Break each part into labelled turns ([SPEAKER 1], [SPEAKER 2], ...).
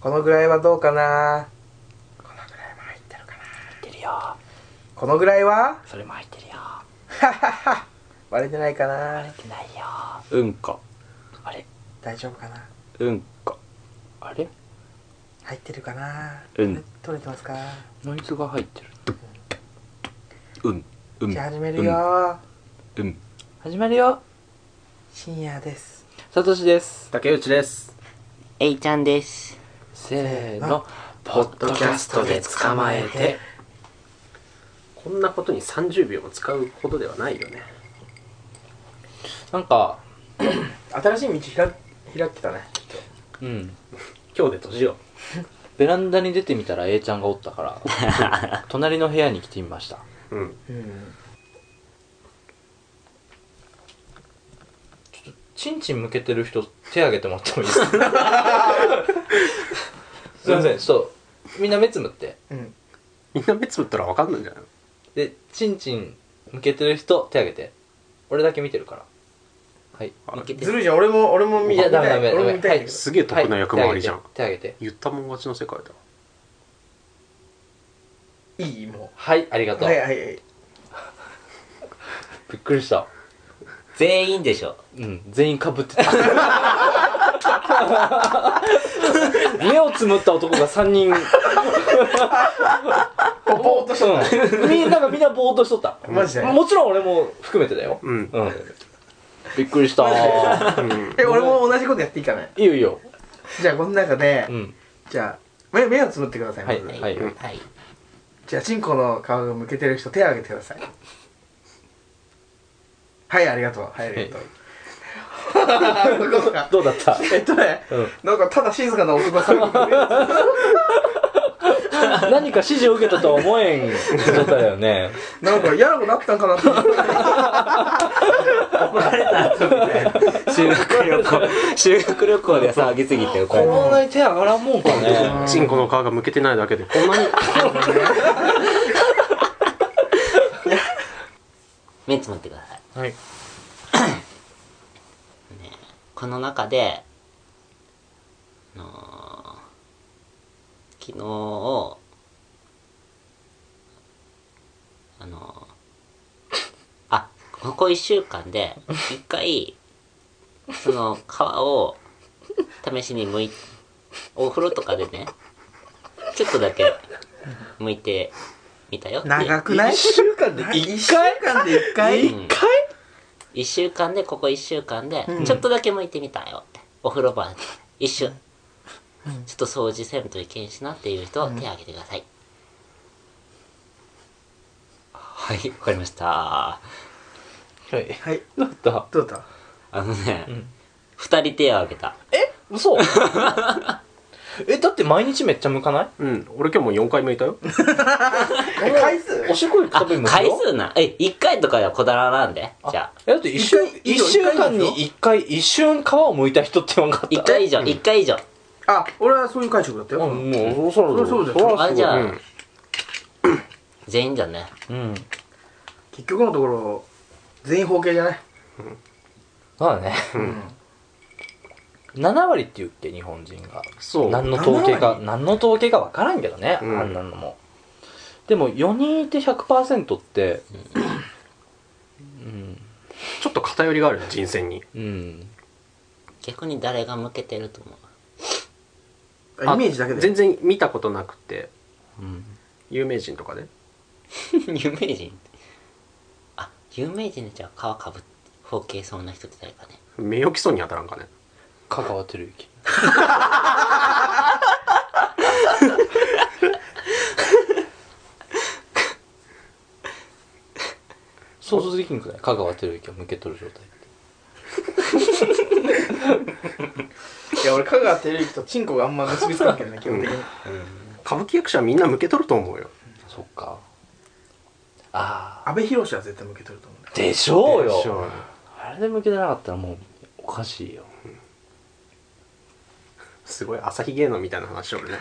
[SPEAKER 1] このぐらいはどうかな
[SPEAKER 2] このぐらいも入ってるかな入ってるよ
[SPEAKER 1] このぐらいは
[SPEAKER 2] それも入ってるよ
[SPEAKER 1] 割れてないかな
[SPEAKER 2] 入ってないよ
[SPEAKER 3] うんこ
[SPEAKER 2] あれ
[SPEAKER 1] 大丈夫かな
[SPEAKER 3] うんこ
[SPEAKER 2] あれ
[SPEAKER 1] 入ってるかな
[SPEAKER 3] うん
[SPEAKER 1] 取れてますか、
[SPEAKER 3] ノイズが入ってるうんうん
[SPEAKER 1] じゃあ始めるよ、
[SPEAKER 3] うんうん
[SPEAKER 2] 始まるよ
[SPEAKER 1] 深夜です
[SPEAKER 2] さとしです
[SPEAKER 3] 竹内です
[SPEAKER 4] えいちゃんです
[SPEAKER 2] せー
[SPEAKER 1] の
[SPEAKER 2] のポッドキャストで捕まえて
[SPEAKER 5] こんなことに30秒も使うほどではないよね
[SPEAKER 2] なんか
[SPEAKER 1] 新しい道開開けたね
[SPEAKER 2] うん
[SPEAKER 5] 今日で閉じよう
[SPEAKER 2] ベランダに出てみたら A ちゃんがおったから 隣の部屋に来てみました
[SPEAKER 5] うん
[SPEAKER 1] うん
[SPEAKER 2] チンチン向けてる人手挙げてもらってもい いですかすいませんそうみんな目つむって
[SPEAKER 1] うん
[SPEAKER 5] みんな目つぶったら分かんないんじゃないの
[SPEAKER 2] でチンチン向けてる人手挙げて俺だけ見てるからはい
[SPEAKER 5] あ
[SPEAKER 4] いけて
[SPEAKER 1] ずるいじゃん俺も俺も見
[SPEAKER 2] いや
[SPEAKER 1] 見た
[SPEAKER 2] ダメダメ
[SPEAKER 1] 俺も
[SPEAKER 2] ダメ
[SPEAKER 1] 見たいんだ
[SPEAKER 2] はい
[SPEAKER 1] けど
[SPEAKER 5] すげえ得な役回りじゃん、
[SPEAKER 2] はい手挙げて手挙げて
[SPEAKER 5] 言ったもん勝ちの世界だ
[SPEAKER 1] いいも
[SPEAKER 2] はいありが
[SPEAKER 1] う
[SPEAKER 2] とう、
[SPEAKER 1] はいはいはい
[SPEAKER 2] びっくりした
[SPEAKER 4] 全員でしょ
[SPEAKER 2] うん全員かぶってた目をつむった男が3人
[SPEAKER 1] ぼぼーっとしとった
[SPEAKER 2] うんみんながみんなぼーっとしとった
[SPEAKER 1] マジで
[SPEAKER 2] もちろん俺も含めてだよ
[SPEAKER 5] うん
[SPEAKER 2] うんびっくりした
[SPEAKER 5] うん
[SPEAKER 1] え俺も同じことやっていいかない
[SPEAKER 2] いよいいよ
[SPEAKER 1] じゃあこの中で、
[SPEAKER 2] うん
[SPEAKER 1] じゃあ目目をつむってください、
[SPEAKER 2] はい
[SPEAKER 1] まず
[SPEAKER 2] はい
[SPEAKER 4] はい
[SPEAKER 1] じゃあチンコの顔が向けてる人手を挙げてくださいはいありがとうはいありがとうそういうことか
[SPEAKER 2] どうだった
[SPEAKER 1] えっとね、
[SPEAKER 2] うん
[SPEAKER 1] なんかただ静かな男さんが
[SPEAKER 2] 何か指示を受けたとは思えん状態だよね
[SPEAKER 1] なんか嫌なことあったんかなって思った
[SPEAKER 4] 怒られた後みたいな修学旅行修学旅行で騒ぎすぎて怒られた
[SPEAKER 2] こんなに手上がらんもんかね
[SPEAKER 5] チンコの皮がむけてないだけでこんなに
[SPEAKER 4] 目つむってください
[SPEAKER 2] はい
[SPEAKER 4] この中で、あのー昨日を、あのーあ、ここ一週間で、一回、その皮を試しに剥い、お風呂とかでね、ちょっとだけ剥いてみたよっていう。
[SPEAKER 1] 長くない ?1 週間で1回 ?1 週間で1回
[SPEAKER 4] うん一週間でここ一週間で
[SPEAKER 1] うん
[SPEAKER 4] ちょっとだけ向いてみたよって、お風呂場で一瞬、ちょっと掃除せんといけんしなっていう人は手を挙げてください、はいわかりました
[SPEAKER 2] はい
[SPEAKER 1] はい。
[SPEAKER 2] どうだっ
[SPEAKER 1] どうだった
[SPEAKER 4] あのね
[SPEAKER 2] うん
[SPEAKER 4] 二、人手を挙げた
[SPEAKER 2] た嘘 えだって毎日めっちゃ向かない
[SPEAKER 5] うん俺今日もう4回向いたよ
[SPEAKER 1] え、回数
[SPEAKER 2] おしっこ行くた
[SPEAKER 4] あ
[SPEAKER 2] びに向く
[SPEAKER 4] 回
[SPEAKER 2] よ
[SPEAKER 4] 数なえ一回とかではこだわらんでじゃあ
[SPEAKER 2] えだって一週一
[SPEAKER 1] 一回以上
[SPEAKER 2] 週間に一回一瞬皮を剥いた人って言わんかった
[SPEAKER 4] 一回以上一回以上
[SPEAKER 1] あ、俺はそういう解釈だった
[SPEAKER 2] う
[SPEAKER 1] よ。
[SPEAKER 2] んもうそろそ
[SPEAKER 1] そ
[SPEAKER 2] ろ
[SPEAKER 1] りゃそうだよ
[SPEAKER 4] あじゃあ、
[SPEAKER 5] うん
[SPEAKER 4] 全員だね
[SPEAKER 2] うん
[SPEAKER 1] 結局のところ、全員包茎じゃない
[SPEAKER 2] そうだね
[SPEAKER 1] うん。
[SPEAKER 2] 7割って言って日本人が
[SPEAKER 5] そう
[SPEAKER 2] 何の統計
[SPEAKER 1] 7
[SPEAKER 2] か何の統計か分からんけどね、
[SPEAKER 5] うん
[SPEAKER 2] あんなのもでも4人いて100%ってうん
[SPEAKER 5] ちょっと偏りがあるね人選に
[SPEAKER 2] うん
[SPEAKER 4] 逆に誰が向けてると思う
[SPEAKER 1] あイメージだけで。
[SPEAKER 5] 全然見たことなくて
[SPEAKER 2] うん
[SPEAKER 5] 有名人とかで
[SPEAKER 4] 有名人あ有名人でじゃあ皮かぶって包茎そうな人って誰かね
[SPEAKER 5] 名誉毀損に当たらんかね
[SPEAKER 2] 香川照之想像できんくない香川照之を向けとる状態って
[SPEAKER 1] いや、俺、香川照之とチンコがあんま結びつかんけどね、基本的に。
[SPEAKER 5] 歌舞伎役者はみんな向けとると思うよ
[SPEAKER 2] そっかあ
[SPEAKER 1] 安倍博士は絶対向けてると思うんだ
[SPEAKER 2] あでしょう
[SPEAKER 5] で
[SPEAKER 2] よ
[SPEAKER 5] しょ
[SPEAKER 2] あれで向けてなかったらもうおかしいよ
[SPEAKER 5] すごい朝日芸能みたいな話をね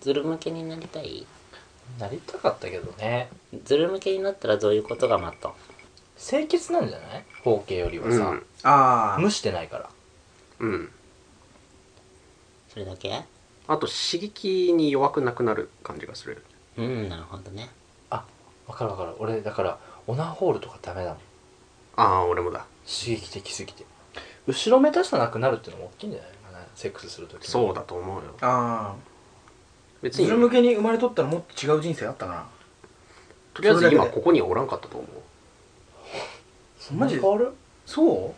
[SPEAKER 4] ズル向けになりたい
[SPEAKER 2] なりたかったけどね
[SPEAKER 4] ズル向けになったらどういうことが待っとん
[SPEAKER 2] 清潔なんじゃない包茎よりは
[SPEAKER 5] う
[SPEAKER 2] さ
[SPEAKER 5] ん、
[SPEAKER 1] あ
[SPEAKER 2] 蒸してないから
[SPEAKER 5] うん
[SPEAKER 4] それだけ
[SPEAKER 5] あと刺激に弱くなくなる感じがする
[SPEAKER 4] うんなるほどね
[SPEAKER 2] わかるわかる俺だからオナホールとかダメだもん
[SPEAKER 5] ああ俺もだ
[SPEAKER 2] 刺激的すぎて後ろめたさなくなるっていうのも大きいんじゃないかなセックスするとき
[SPEAKER 5] そうだと思うよ
[SPEAKER 1] ああ
[SPEAKER 5] 別に
[SPEAKER 1] 後ろ向けに生まれとったらもっと違う人生あったかな
[SPEAKER 5] とりあえず
[SPEAKER 1] それだ
[SPEAKER 5] 今
[SPEAKER 1] けで
[SPEAKER 5] ここにはおらんかったと思う
[SPEAKER 1] マジで
[SPEAKER 2] 変わる
[SPEAKER 1] そ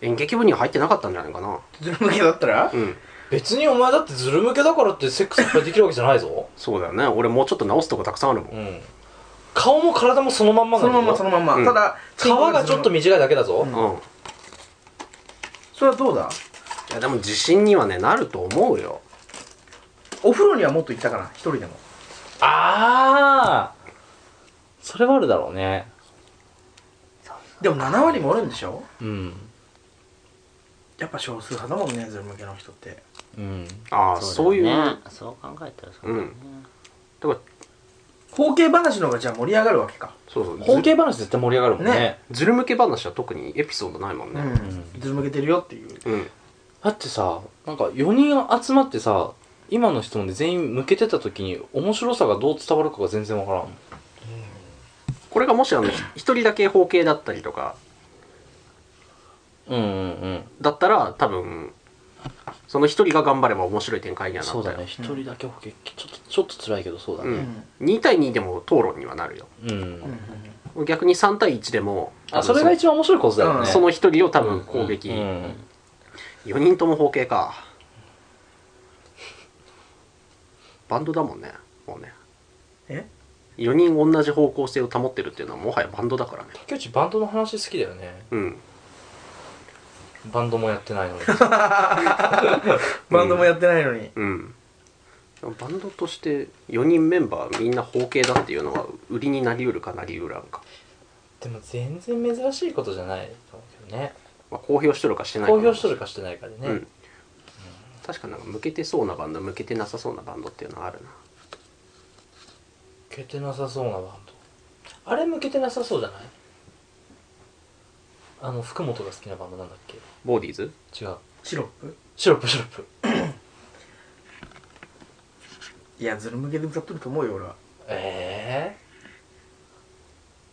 [SPEAKER 5] 演劇部には入ってなかったんじゃないかな
[SPEAKER 1] うずる向けだったら
[SPEAKER 5] うん
[SPEAKER 2] 別にお前だってズル向けだからってセックスいっぱいできるわけじゃないぞ
[SPEAKER 5] そうだよね俺もうちょっと直すとこたくさんあるもん、
[SPEAKER 2] うん顔も体もそのまんま
[SPEAKER 1] そのまんまそ
[SPEAKER 2] の
[SPEAKER 1] のまんま、
[SPEAKER 5] うん
[SPEAKER 1] ただ
[SPEAKER 2] 皮がちょっと短いだけだぞ、
[SPEAKER 1] うん
[SPEAKER 5] うん、い
[SPEAKER 1] それはどうだ
[SPEAKER 5] やでも自信にはねなると思うよ
[SPEAKER 1] お風呂にはもっと行ったかな一人でも
[SPEAKER 2] ああそれはあるだろうね
[SPEAKER 1] でも7割もおるんでしょ
[SPEAKER 2] うん
[SPEAKER 1] やっぱ少数派だもんねずる向けの人って
[SPEAKER 2] うん
[SPEAKER 5] ああそう,、
[SPEAKER 4] だ
[SPEAKER 5] いう
[SPEAKER 4] ねそう考えたらそうだね、
[SPEAKER 1] 包茎話の方がじゃあ盛り上がるわけか
[SPEAKER 5] そうそう
[SPEAKER 2] 包茎話絶対盛り上がるもんね
[SPEAKER 1] ね
[SPEAKER 5] ずずる向け話は特にエピソードないもん
[SPEAKER 1] う
[SPEAKER 5] ね
[SPEAKER 1] んずる向けてるよっていう
[SPEAKER 5] うん、
[SPEAKER 2] だってさなんか4人集まってさ今の質問で全員向けてた時に面白さがどう伝わるかが全然わからん
[SPEAKER 5] これがもしあのひ一人だけ包茎だったりとか
[SPEAKER 2] うんうんうん
[SPEAKER 5] だったら多分その一人が頑張れば面白い展開にはなった
[SPEAKER 2] そ
[SPEAKER 5] よ
[SPEAKER 2] うだね一人だけ補欠ちょっとちょっと辛いけどそうだ
[SPEAKER 5] う
[SPEAKER 1] うんん
[SPEAKER 2] ね
[SPEAKER 5] 2対2でも討論にはなるよ
[SPEAKER 2] うん、
[SPEAKER 1] うん
[SPEAKER 5] 逆に3対1でも
[SPEAKER 2] あそれが一番面白いことだよね、
[SPEAKER 1] うん
[SPEAKER 5] その一人を多分攻撃、
[SPEAKER 2] うん
[SPEAKER 5] 四4人とも包茎かバンドだもんねもうね
[SPEAKER 1] え
[SPEAKER 5] 4人同じ方向性を保ってるっていうのはもはやバンドだからね
[SPEAKER 2] 竹内バンドの話好きだよね
[SPEAKER 5] うん
[SPEAKER 2] バンドもやってない のに
[SPEAKER 1] バンドもやってないのに
[SPEAKER 5] うんバンドとして4人メンバーみんな包茎だっていうのは売りになりうるかなりうらんか、
[SPEAKER 2] でも全然珍しいことじゃないと思うけどね
[SPEAKER 5] まあ、公表しとるかしてない
[SPEAKER 2] 公
[SPEAKER 5] か
[SPEAKER 2] 表しとるかしてないかでね、
[SPEAKER 5] うん確かなんか向けてそうなバンド向けてなさそうなバンドっていうのはあるな
[SPEAKER 2] 向けてなさそうなバンドあれ向けてなさそうじゃないあの福本が好きなバンドなんだっけ
[SPEAKER 5] ボーディーズ
[SPEAKER 2] 違う
[SPEAKER 1] シロップ
[SPEAKER 2] シロップシロップ
[SPEAKER 1] いやずる向けで歌っとると思うよ俺は
[SPEAKER 2] え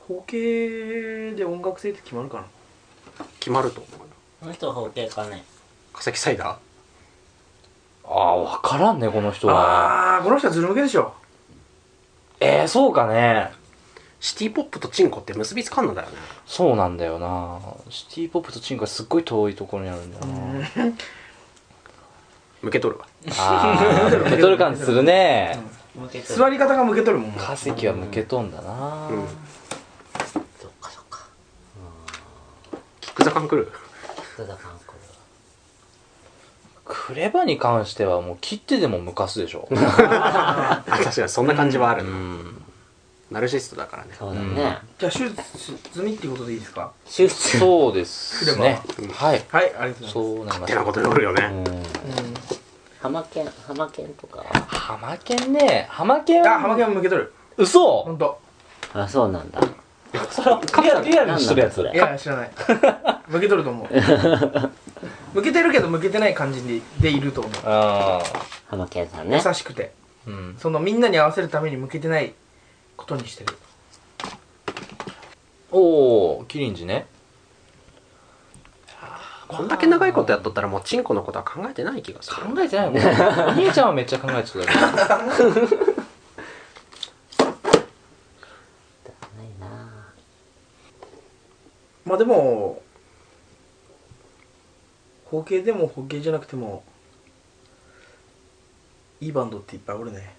[SPEAKER 1] 包茎で音楽性って決まるかな
[SPEAKER 5] 決まると思うよ
[SPEAKER 4] この人は包茎かね
[SPEAKER 5] 化石サイダー
[SPEAKER 2] ー、ああ分からんねこの人は
[SPEAKER 1] ああこの人はずる向けでしょ
[SPEAKER 2] えー、そうかね
[SPEAKER 5] シティポップとチンコって結びつかんのだよね
[SPEAKER 2] そうなんだよなシティポップとチンコはすっごい遠いところにあるんだよ
[SPEAKER 1] う
[SPEAKER 2] な、
[SPEAKER 1] ん
[SPEAKER 5] 向けとるわ
[SPEAKER 2] ああ向けとる感じするね
[SPEAKER 4] 向けてる
[SPEAKER 1] 座り方が向けとるもんもう
[SPEAKER 2] 化石は向けとんだな、
[SPEAKER 5] うん
[SPEAKER 4] そっかそっか
[SPEAKER 5] キックザカンクルー
[SPEAKER 4] 福田観光
[SPEAKER 2] クレバに関してはもう切ってでも向かすでしょ
[SPEAKER 5] あ確かにそんな感じはある
[SPEAKER 2] う
[SPEAKER 5] な、
[SPEAKER 2] ん
[SPEAKER 5] ナルシストだからね
[SPEAKER 4] そうだね、
[SPEAKER 1] じゃあ手術済みってことでいいですか
[SPEAKER 4] 手術
[SPEAKER 2] そうですね
[SPEAKER 5] クレバ
[SPEAKER 2] はい
[SPEAKER 1] はいありがとうございます
[SPEAKER 2] そうなり
[SPEAKER 5] っ
[SPEAKER 2] ま
[SPEAKER 5] て
[SPEAKER 2] す
[SPEAKER 5] なことよるよね、
[SPEAKER 1] うん
[SPEAKER 4] 浜県浜県とか
[SPEAKER 2] ハマケンねハマケン
[SPEAKER 1] あ、ハマケンも向けとる。ほ
[SPEAKER 2] 嘘
[SPEAKER 1] んと。
[SPEAKER 4] あそうなんだ
[SPEAKER 2] それはリアルリアルにしとるやつ
[SPEAKER 4] なん
[SPEAKER 1] い
[SPEAKER 4] だ
[SPEAKER 1] や、知らない。向けとると思 う。向けてるけど向けてない感じででいると思う。
[SPEAKER 2] あ
[SPEAKER 4] 浜県さんね
[SPEAKER 1] 優しくて。
[SPEAKER 2] ーうん
[SPEAKER 1] そのみんなに合わせるために向けてないことにしてる。
[SPEAKER 2] おおキリンジね
[SPEAKER 5] こんだけ長いことやっとったらもうチンコのことは考えてない気がする
[SPEAKER 2] 考えてないもんお兄ちゃんはめっちゃ考えてたけど
[SPEAKER 4] ないな
[SPEAKER 1] まあでも、包茎でも包茎じゃなくても、いいバンドっていっぱいおるね。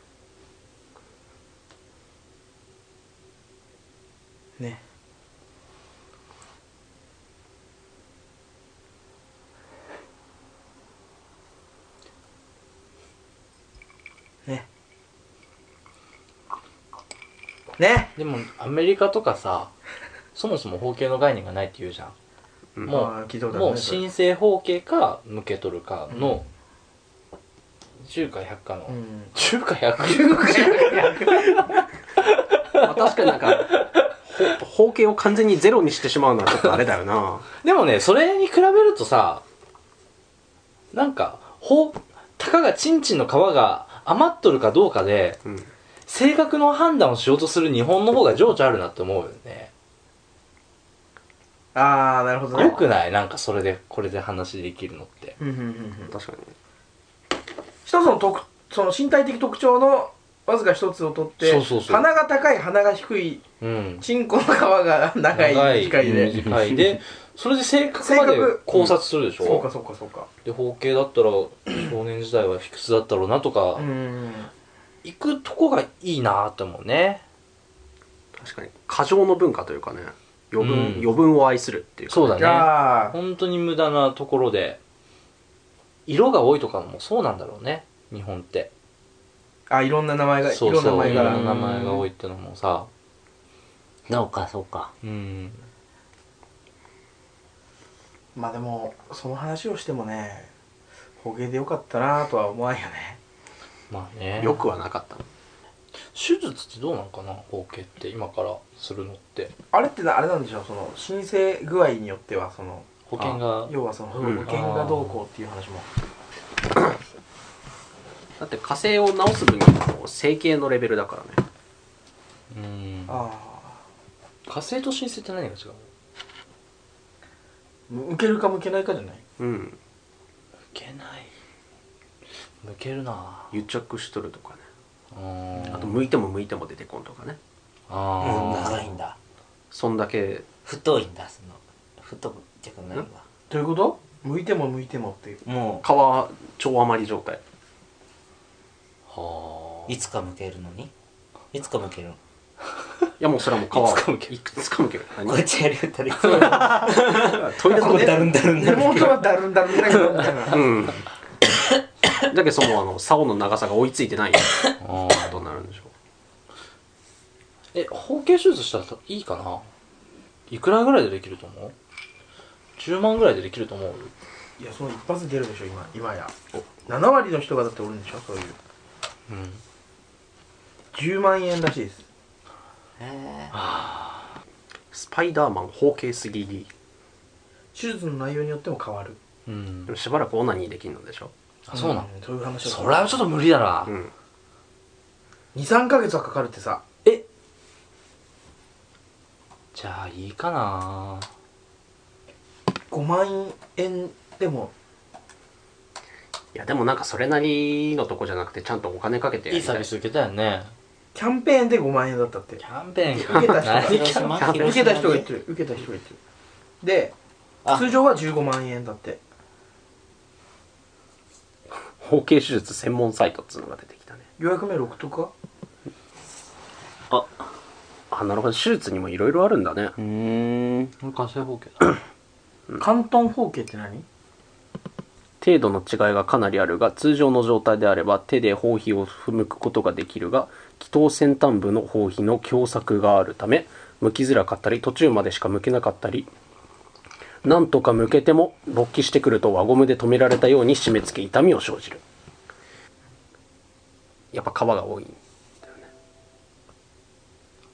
[SPEAKER 1] ね。ね。ね。
[SPEAKER 2] でもアメリカとかさそもそも包茎の概念がないって言うじゃん、
[SPEAKER 5] うん
[SPEAKER 2] もう
[SPEAKER 1] あー聞いたことあるね
[SPEAKER 2] もう
[SPEAKER 1] それ
[SPEAKER 2] 申請包茎か向け取るかの10か100かの、
[SPEAKER 1] うん。
[SPEAKER 2] 10か 100?
[SPEAKER 5] まあ確かになんかほ包茎を完全にゼロにしてしまうのはちょっとあれだよな
[SPEAKER 2] でもねそれに比べるとさなんかほたかがチンチンの皮が余っとるかどうかで
[SPEAKER 5] うん
[SPEAKER 2] 正確な判断をしようとする日本の方が情緒あるなって思うよね
[SPEAKER 1] ああなるほどね
[SPEAKER 2] よくないなんかそれでこれで話できるのって
[SPEAKER 1] うんうんうんうん
[SPEAKER 5] 確かにね
[SPEAKER 1] 一つの特その身体的特徴のわずか一つをとって
[SPEAKER 2] そうそうそう
[SPEAKER 1] 鼻が高い鼻が低い
[SPEAKER 2] うん
[SPEAKER 1] チンコの皮が長い機械
[SPEAKER 2] 長
[SPEAKER 1] で、
[SPEAKER 2] い短いでそれで性格まで
[SPEAKER 1] 性格
[SPEAKER 2] 考察するでしょ、
[SPEAKER 1] そうかそうかそうか
[SPEAKER 2] で包茎だったら少年時代は卑屈だったろうなとか、
[SPEAKER 1] うん
[SPEAKER 2] 行くとこがいいなって思うね
[SPEAKER 5] 確かに過剰の文化というかね余分、
[SPEAKER 2] うん
[SPEAKER 5] 余分を愛するっていうか
[SPEAKER 2] そうだね
[SPEAKER 1] じゃあ
[SPEAKER 2] 本当に無駄なところで色が多いとかもそうなんだろうね日本って
[SPEAKER 1] あいろんな名前が
[SPEAKER 2] そうそう
[SPEAKER 1] い
[SPEAKER 2] い
[SPEAKER 1] ろんな名前が
[SPEAKER 2] ろんな名前が多いってのもさ
[SPEAKER 4] そうかそうか
[SPEAKER 2] うん
[SPEAKER 1] まあでもその話をしてもね捕鯨でよかったなとは思わんよね
[SPEAKER 2] まあね
[SPEAKER 5] よくはなかった
[SPEAKER 2] 手術ってどうなんかな包茎って今からするのって
[SPEAKER 1] あれってなあれなんでしょうその申請具合によってはその
[SPEAKER 2] 保険が
[SPEAKER 1] 要はその保
[SPEAKER 5] うん
[SPEAKER 1] 険がどうこうっていう話も
[SPEAKER 5] だって火星を直す分にはもう整形のレベルだからね
[SPEAKER 2] うん
[SPEAKER 1] あ
[SPEAKER 2] 火星と申請って何が違うの
[SPEAKER 1] あ受けるか向けないかじゃない
[SPEAKER 5] うん
[SPEAKER 2] 抜けない抜けるな
[SPEAKER 5] 癒着しとるとかね
[SPEAKER 2] うん
[SPEAKER 5] あと向いても向いても出てこんとかね
[SPEAKER 2] あ
[SPEAKER 4] 長いんだ
[SPEAKER 5] そんだけ
[SPEAKER 4] 太いんだその太くじゃくないわ
[SPEAKER 1] どういうこと向いても向いてもっていう
[SPEAKER 4] も
[SPEAKER 5] 皮超余り状態
[SPEAKER 2] あは
[SPEAKER 4] ういつか向けるのにいつか向ける
[SPEAKER 5] い
[SPEAKER 4] の
[SPEAKER 5] やもうそれはもう皮
[SPEAKER 2] いつかむける
[SPEAKER 5] いくつかむける何
[SPEAKER 4] こうやってやるやったらいつ
[SPEAKER 5] ト
[SPEAKER 4] も
[SPEAKER 5] イレ
[SPEAKER 4] こう
[SPEAKER 5] ッ
[SPEAKER 4] だるんだるん
[SPEAKER 1] で
[SPEAKER 4] だ るん
[SPEAKER 1] も本当はだるんだるんだけどみたいな
[SPEAKER 5] トうんだけどそのあの竿の長さが追いついてない
[SPEAKER 2] ああー
[SPEAKER 5] ことになるんでしょ
[SPEAKER 2] え包茎手術したらいいかないくらぐらいでできると思う10万ぐらいでできると思う
[SPEAKER 1] いやその一発で出るでしょ今今や7割の人がだっておるんでしょそういう
[SPEAKER 2] うん
[SPEAKER 1] 10万円らしいです
[SPEAKER 4] へ
[SPEAKER 5] スパイダーマン包茎すぎり
[SPEAKER 1] 手術の内容によっても変わる
[SPEAKER 2] うん
[SPEAKER 5] でもしばらくオナニーできるのでしょ
[SPEAKER 2] あそうなの、
[SPEAKER 1] んそういう話
[SPEAKER 2] それはちょっと無理だな、
[SPEAKER 5] うん
[SPEAKER 1] 23ヶ月はかかるってさ
[SPEAKER 2] じゃあいいかな
[SPEAKER 1] 5万円でも
[SPEAKER 5] いやでもなんかそれなりのとこじゃなくてちゃんとお金かけてや
[SPEAKER 2] いい
[SPEAKER 5] り
[SPEAKER 2] サ
[SPEAKER 5] たい
[SPEAKER 2] ービス受けたよね
[SPEAKER 1] キャンペーンで5万円だったって
[SPEAKER 2] キャンペーン
[SPEAKER 1] 受けた人が
[SPEAKER 2] 何キャンペーン
[SPEAKER 1] 受けた人が言ってる受けた人が言ってるで
[SPEAKER 4] あ
[SPEAKER 1] 通常は15万円だって
[SPEAKER 5] 包茎手術専門サイトっつうのが出てきたね
[SPEAKER 1] 予約名6とか
[SPEAKER 5] あなるほど手術にもいろいろあるんだね
[SPEAKER 3] うん
[SPEAKER 2] 火星包茎だ
[SPEAKER 1] 関東包茎って 何
[SPEAKER 5] 程度の違いがかなりあるが通常の状態であれば手で包皮を踏むくことができるが気頭先端部の包皮の狭窄があるため剥きづらかったり途中までしか剥けなかったりなんとか剥けても勃起してくると輪ゴムで留められたように締め付け痛みを生じるやっぱ皮が多い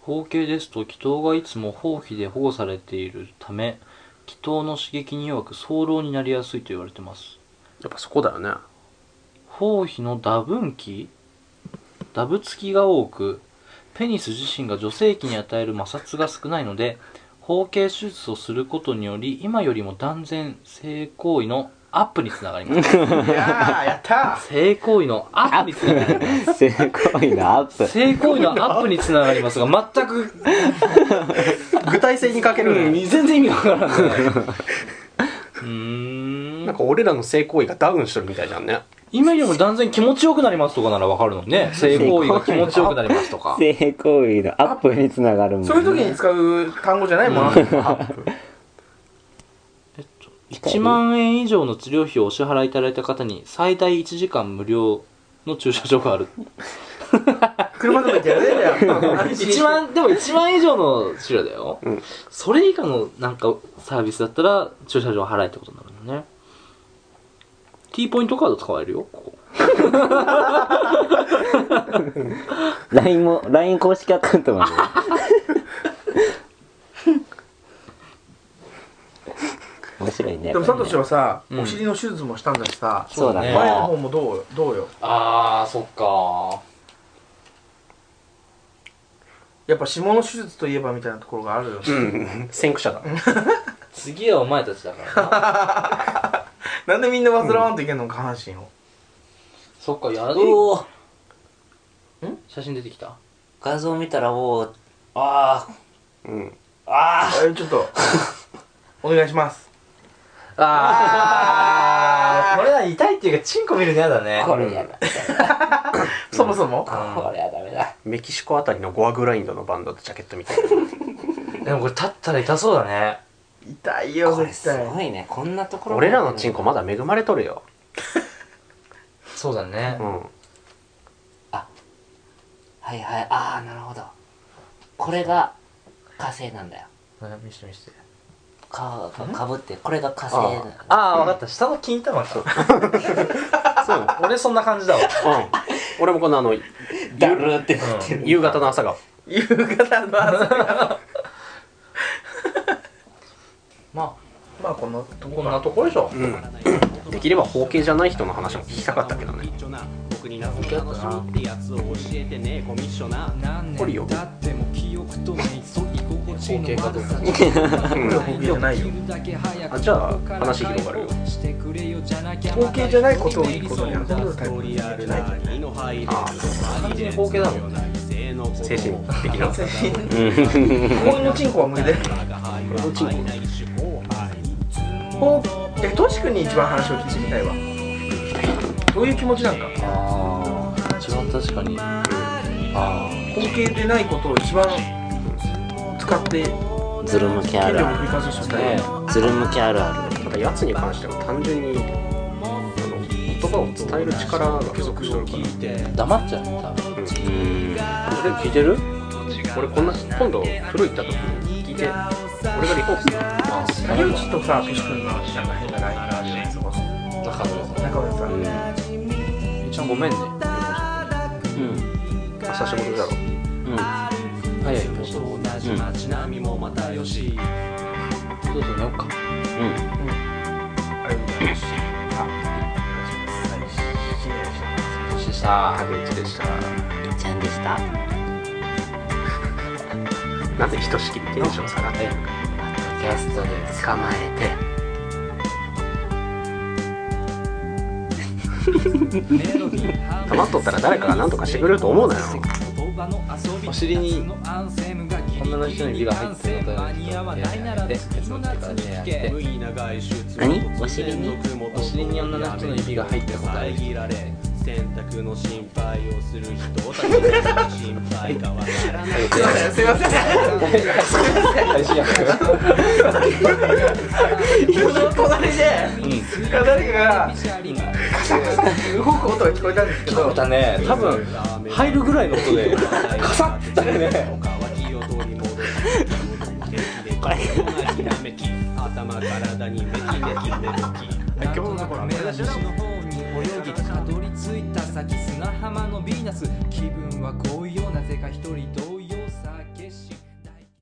[SPEAKER 2] 包茎ですと気筒がいつも包皮で保護されているため気筒の刺激に弱く早漏になりやすいと言われてます
[SPEAKER 5] やっぱそこだよね
[SPEAKER 2] 包皮のダブンキダブつきが多くペニス自身が女性器に与える摩擦が少ないので包茎手術をすることにより今よりも断然性行為のアップにつながります
[SPEAKER 1] いやーやった
[SPEAKER 2] 性行為のアップにつながります
[SPEAKER 3] すごいなアップ
[SPEAKER 2] 性行為のアップにつながりますが全く、
[SPEAKER 5] 具体性に欠け
[SPEAKER 2] うん全然意味わからないうーん
[SPEAKER 5] か俺らの性行為がダウンしてるみたいじゃんね
[SPEAKER 2] 今よりも断然気持ちよくなりますとかならわかるのに ね性行為が気持ちよくなりますとか
[SPEAKER 3] 性行為のアップにつながるもんね
[SPEAKER 1] そういう時に使う単語じゃないもん、
[SPEAKER 2] 1万円以上の治療費をお支払いいただいた方に最大1時間無料の駐車場があ る
[SPEAKER 1] 車とか行ってやるやつや
[SPEAKER 2] 1万でも1万円以上の治療だよ、
[SPEAKER 5] うん
[SPEAKER 2] それ以下のなんかサービスだったら駐車場払えってことになるのね T ポイントカード使えるよここ
[SPEAKER 3] LINE も LINE 公式アカウントまでも
[SPEAKER 4] 白いね
[SPEAKER 1] でもサトシはさ、
[SPEAKER 2] うん
[SPEAKER 1] お尻の手術もしたんだしさ、
[SPEAKER 4] そうだね
[SPEAKER 1] 前の方もどうよどうよ
[SPEAKER 2] あーそっか
[SPEAKER 1] やっぱ下の手術といえばみたいなところがあるよね、
[SPEAKER 5] うん先駆者だ
[SPEAKER 2] 次はお前たちだから な
[SPEAKER 1] なんでみんな煩わんといけんの下半身を
[SPEAKER 2] そっかやる
[SPEAKER 4] おお
[SPEAKER 2] 写真出てきた
[SPEAKER 4] 画像見たらもうあ
[SPEAKER 5] うん
[SPEAKER 4] あああ
[SPEAKER 1] あちょっとお願いします
[SPEAKER 5] あ
[SPEAKER 2] あーこれは痛いっていうかチンコ見るの嫌だね
[SPEAKER 4] これやだ
[SPEAKER 1] そもそも、
[SPEAKER 4] これはダメだ
[SPEAKER 5] メキシコあたりのゴアグラインドのバンドとジャケットみたいな
[SPEAKER 2] でもこれ立ったら痛そうだね
[SPEAKER 1] 痛いよ
[SPEAKER 4] これ
[SPEAKER 1] 絶
[SPEAKER 4] すご
[SPEAKER 1] 対
[SPEAKER 4] いねこんなところ
[SPEAKER 5] 俺らのチンコまだ恵まれとるよ
[SPEAKER 2] そうだね
[SPEAKER 5] うん
[SPEAKER 4] はいはいああなるほどこれが火星なんだよ
[SPEAKER 2] ね見して見して
[SPEAKER 4] かかぶってこれが火星なんだ
[SPEAKER 2] ああ分かった下の金玉か
[SPEAKER 5] そうね
[SPEAKER 2] 俺そんな感じだわ
[SPEAKER 5] うん俺もこのあの
[SPEAKER 4] だるーってなってる
[SPEAKER 5] 夕方の朝が
[SPEAKER 1] 夕方の朝が
[SPEAKER 2] ま
[SPEAKER 1] まあこのと
[SPEAKER 2] あ
[SPEAKER 1] こ
[SPEAKER 2] こん
[SPEAKER 1] か
[SPEAKER 2] なとこでしょ
[SPEAKER 5] うんできれば包茎じゃない人の話も聞きたかったけどね
[SPEAKER 6] 僕に謎の楽しみってやつを教えてねコミッショナー何
[SPEAKER 5] 掘るよ
[SPEAKER 6] 年経っても記憶とねそ居心地
[SPEAKER 2] 包茎
[SPEAKER 6] の
[SPEAKER 2] かどう
[SPEAKER 6] 悪
[SPEAKER 2] か
[SPEAKER 6] さ
[SPEAKER 1] 俺はボケじゃないよ
[SPEAKER 5] あじゃあ話広がるよ
[SPEAKER 1] 包茎じゃないことをいいことに遊んでるタイプ
[SPEAKER 6] リアルな二の入り
[SPEAKER 5] あ
[SPEAKER 2] 完全に包茎だもん
[SPEAKER 5] 精神的な
[SPEAKER 1] 氷のチンコは無理でこうえトシ君に一番話を聞いてみたいわどういう気持ちなんか
[SPEAKER 2] ああ一番確かにあ
[SPEAKER 1] 包茎でないことを一番使って
[SPEAKER 4] ズル向けあ
[SPEAKER 1] 権
[SPEAKER 4] る
[SPEAKER 1] 力を
[SPEAKER 4] あ
[SPEAKER 1] 振りかざして
[SPEAKER 2] あ
[SPEAKER 1] たい
[SPEAKER 2] ね
[SPEAKER 4] るズル向けあるある
[SPEAKER 5] ただやつに関しては単純にあの言葉を伝える力が不足しとるから
[SPEAKER 2] 黙っちゃうね多分
[SPEAKER 4] うん
[SPEAKER 5] 俺聞いてる俺こんな今度風呂行った時に聞いて俺がリポートする
[SPEAKER 1] 竹内とさトシ君のなんか変なラインがあるよねそこの
[SPEAKER 2] 中村さ
[SPEAKER 1] 中村さん
[SPEAKER 2] んちゃんごめんね
[SPEAKER 4] うん
[SPEAKER 5] 朝仕事だろ
[SPEAKER 4] うん
[SPEAKER 2] 早いもうそうそうそう寝よっか
[SPEAKER 4] うん
[SPEAKER 1] ありがとうございますあお願いします
[SPEAKER 2] そしてさ
[SPEAKER 5] 竹内でした
[SPEAKER 4] ちゃんで した
[SPEAKER 5] なぜひとしきりテンション下がってるのか
[SPEAKER 4] キャストで捕まえて
[SPEAKER 5] 黙っとったら誰かが何とかしてくれると思うなよ
[SPEAKER 2] お尻に女の人に指が入ってる状態の人で別の手から手やって
[SPEAKER 4] 何お尻に
[SPEAKER 2] お尻に女の人の指が入ったことある
[SPEAKER 1] すいませんすいま せん
[SPEAKER 2] 配信やから
[SPEAKER 1] 僕の隣で、誰かがカサカサって動く音が聞こえたんですけど
[SPEAKER 2] だね多分入るぐらいの音でカサッてたよね
[SPEAKER 6] た先砂浜のヴィーナス気分はこういうようなぜか一人どう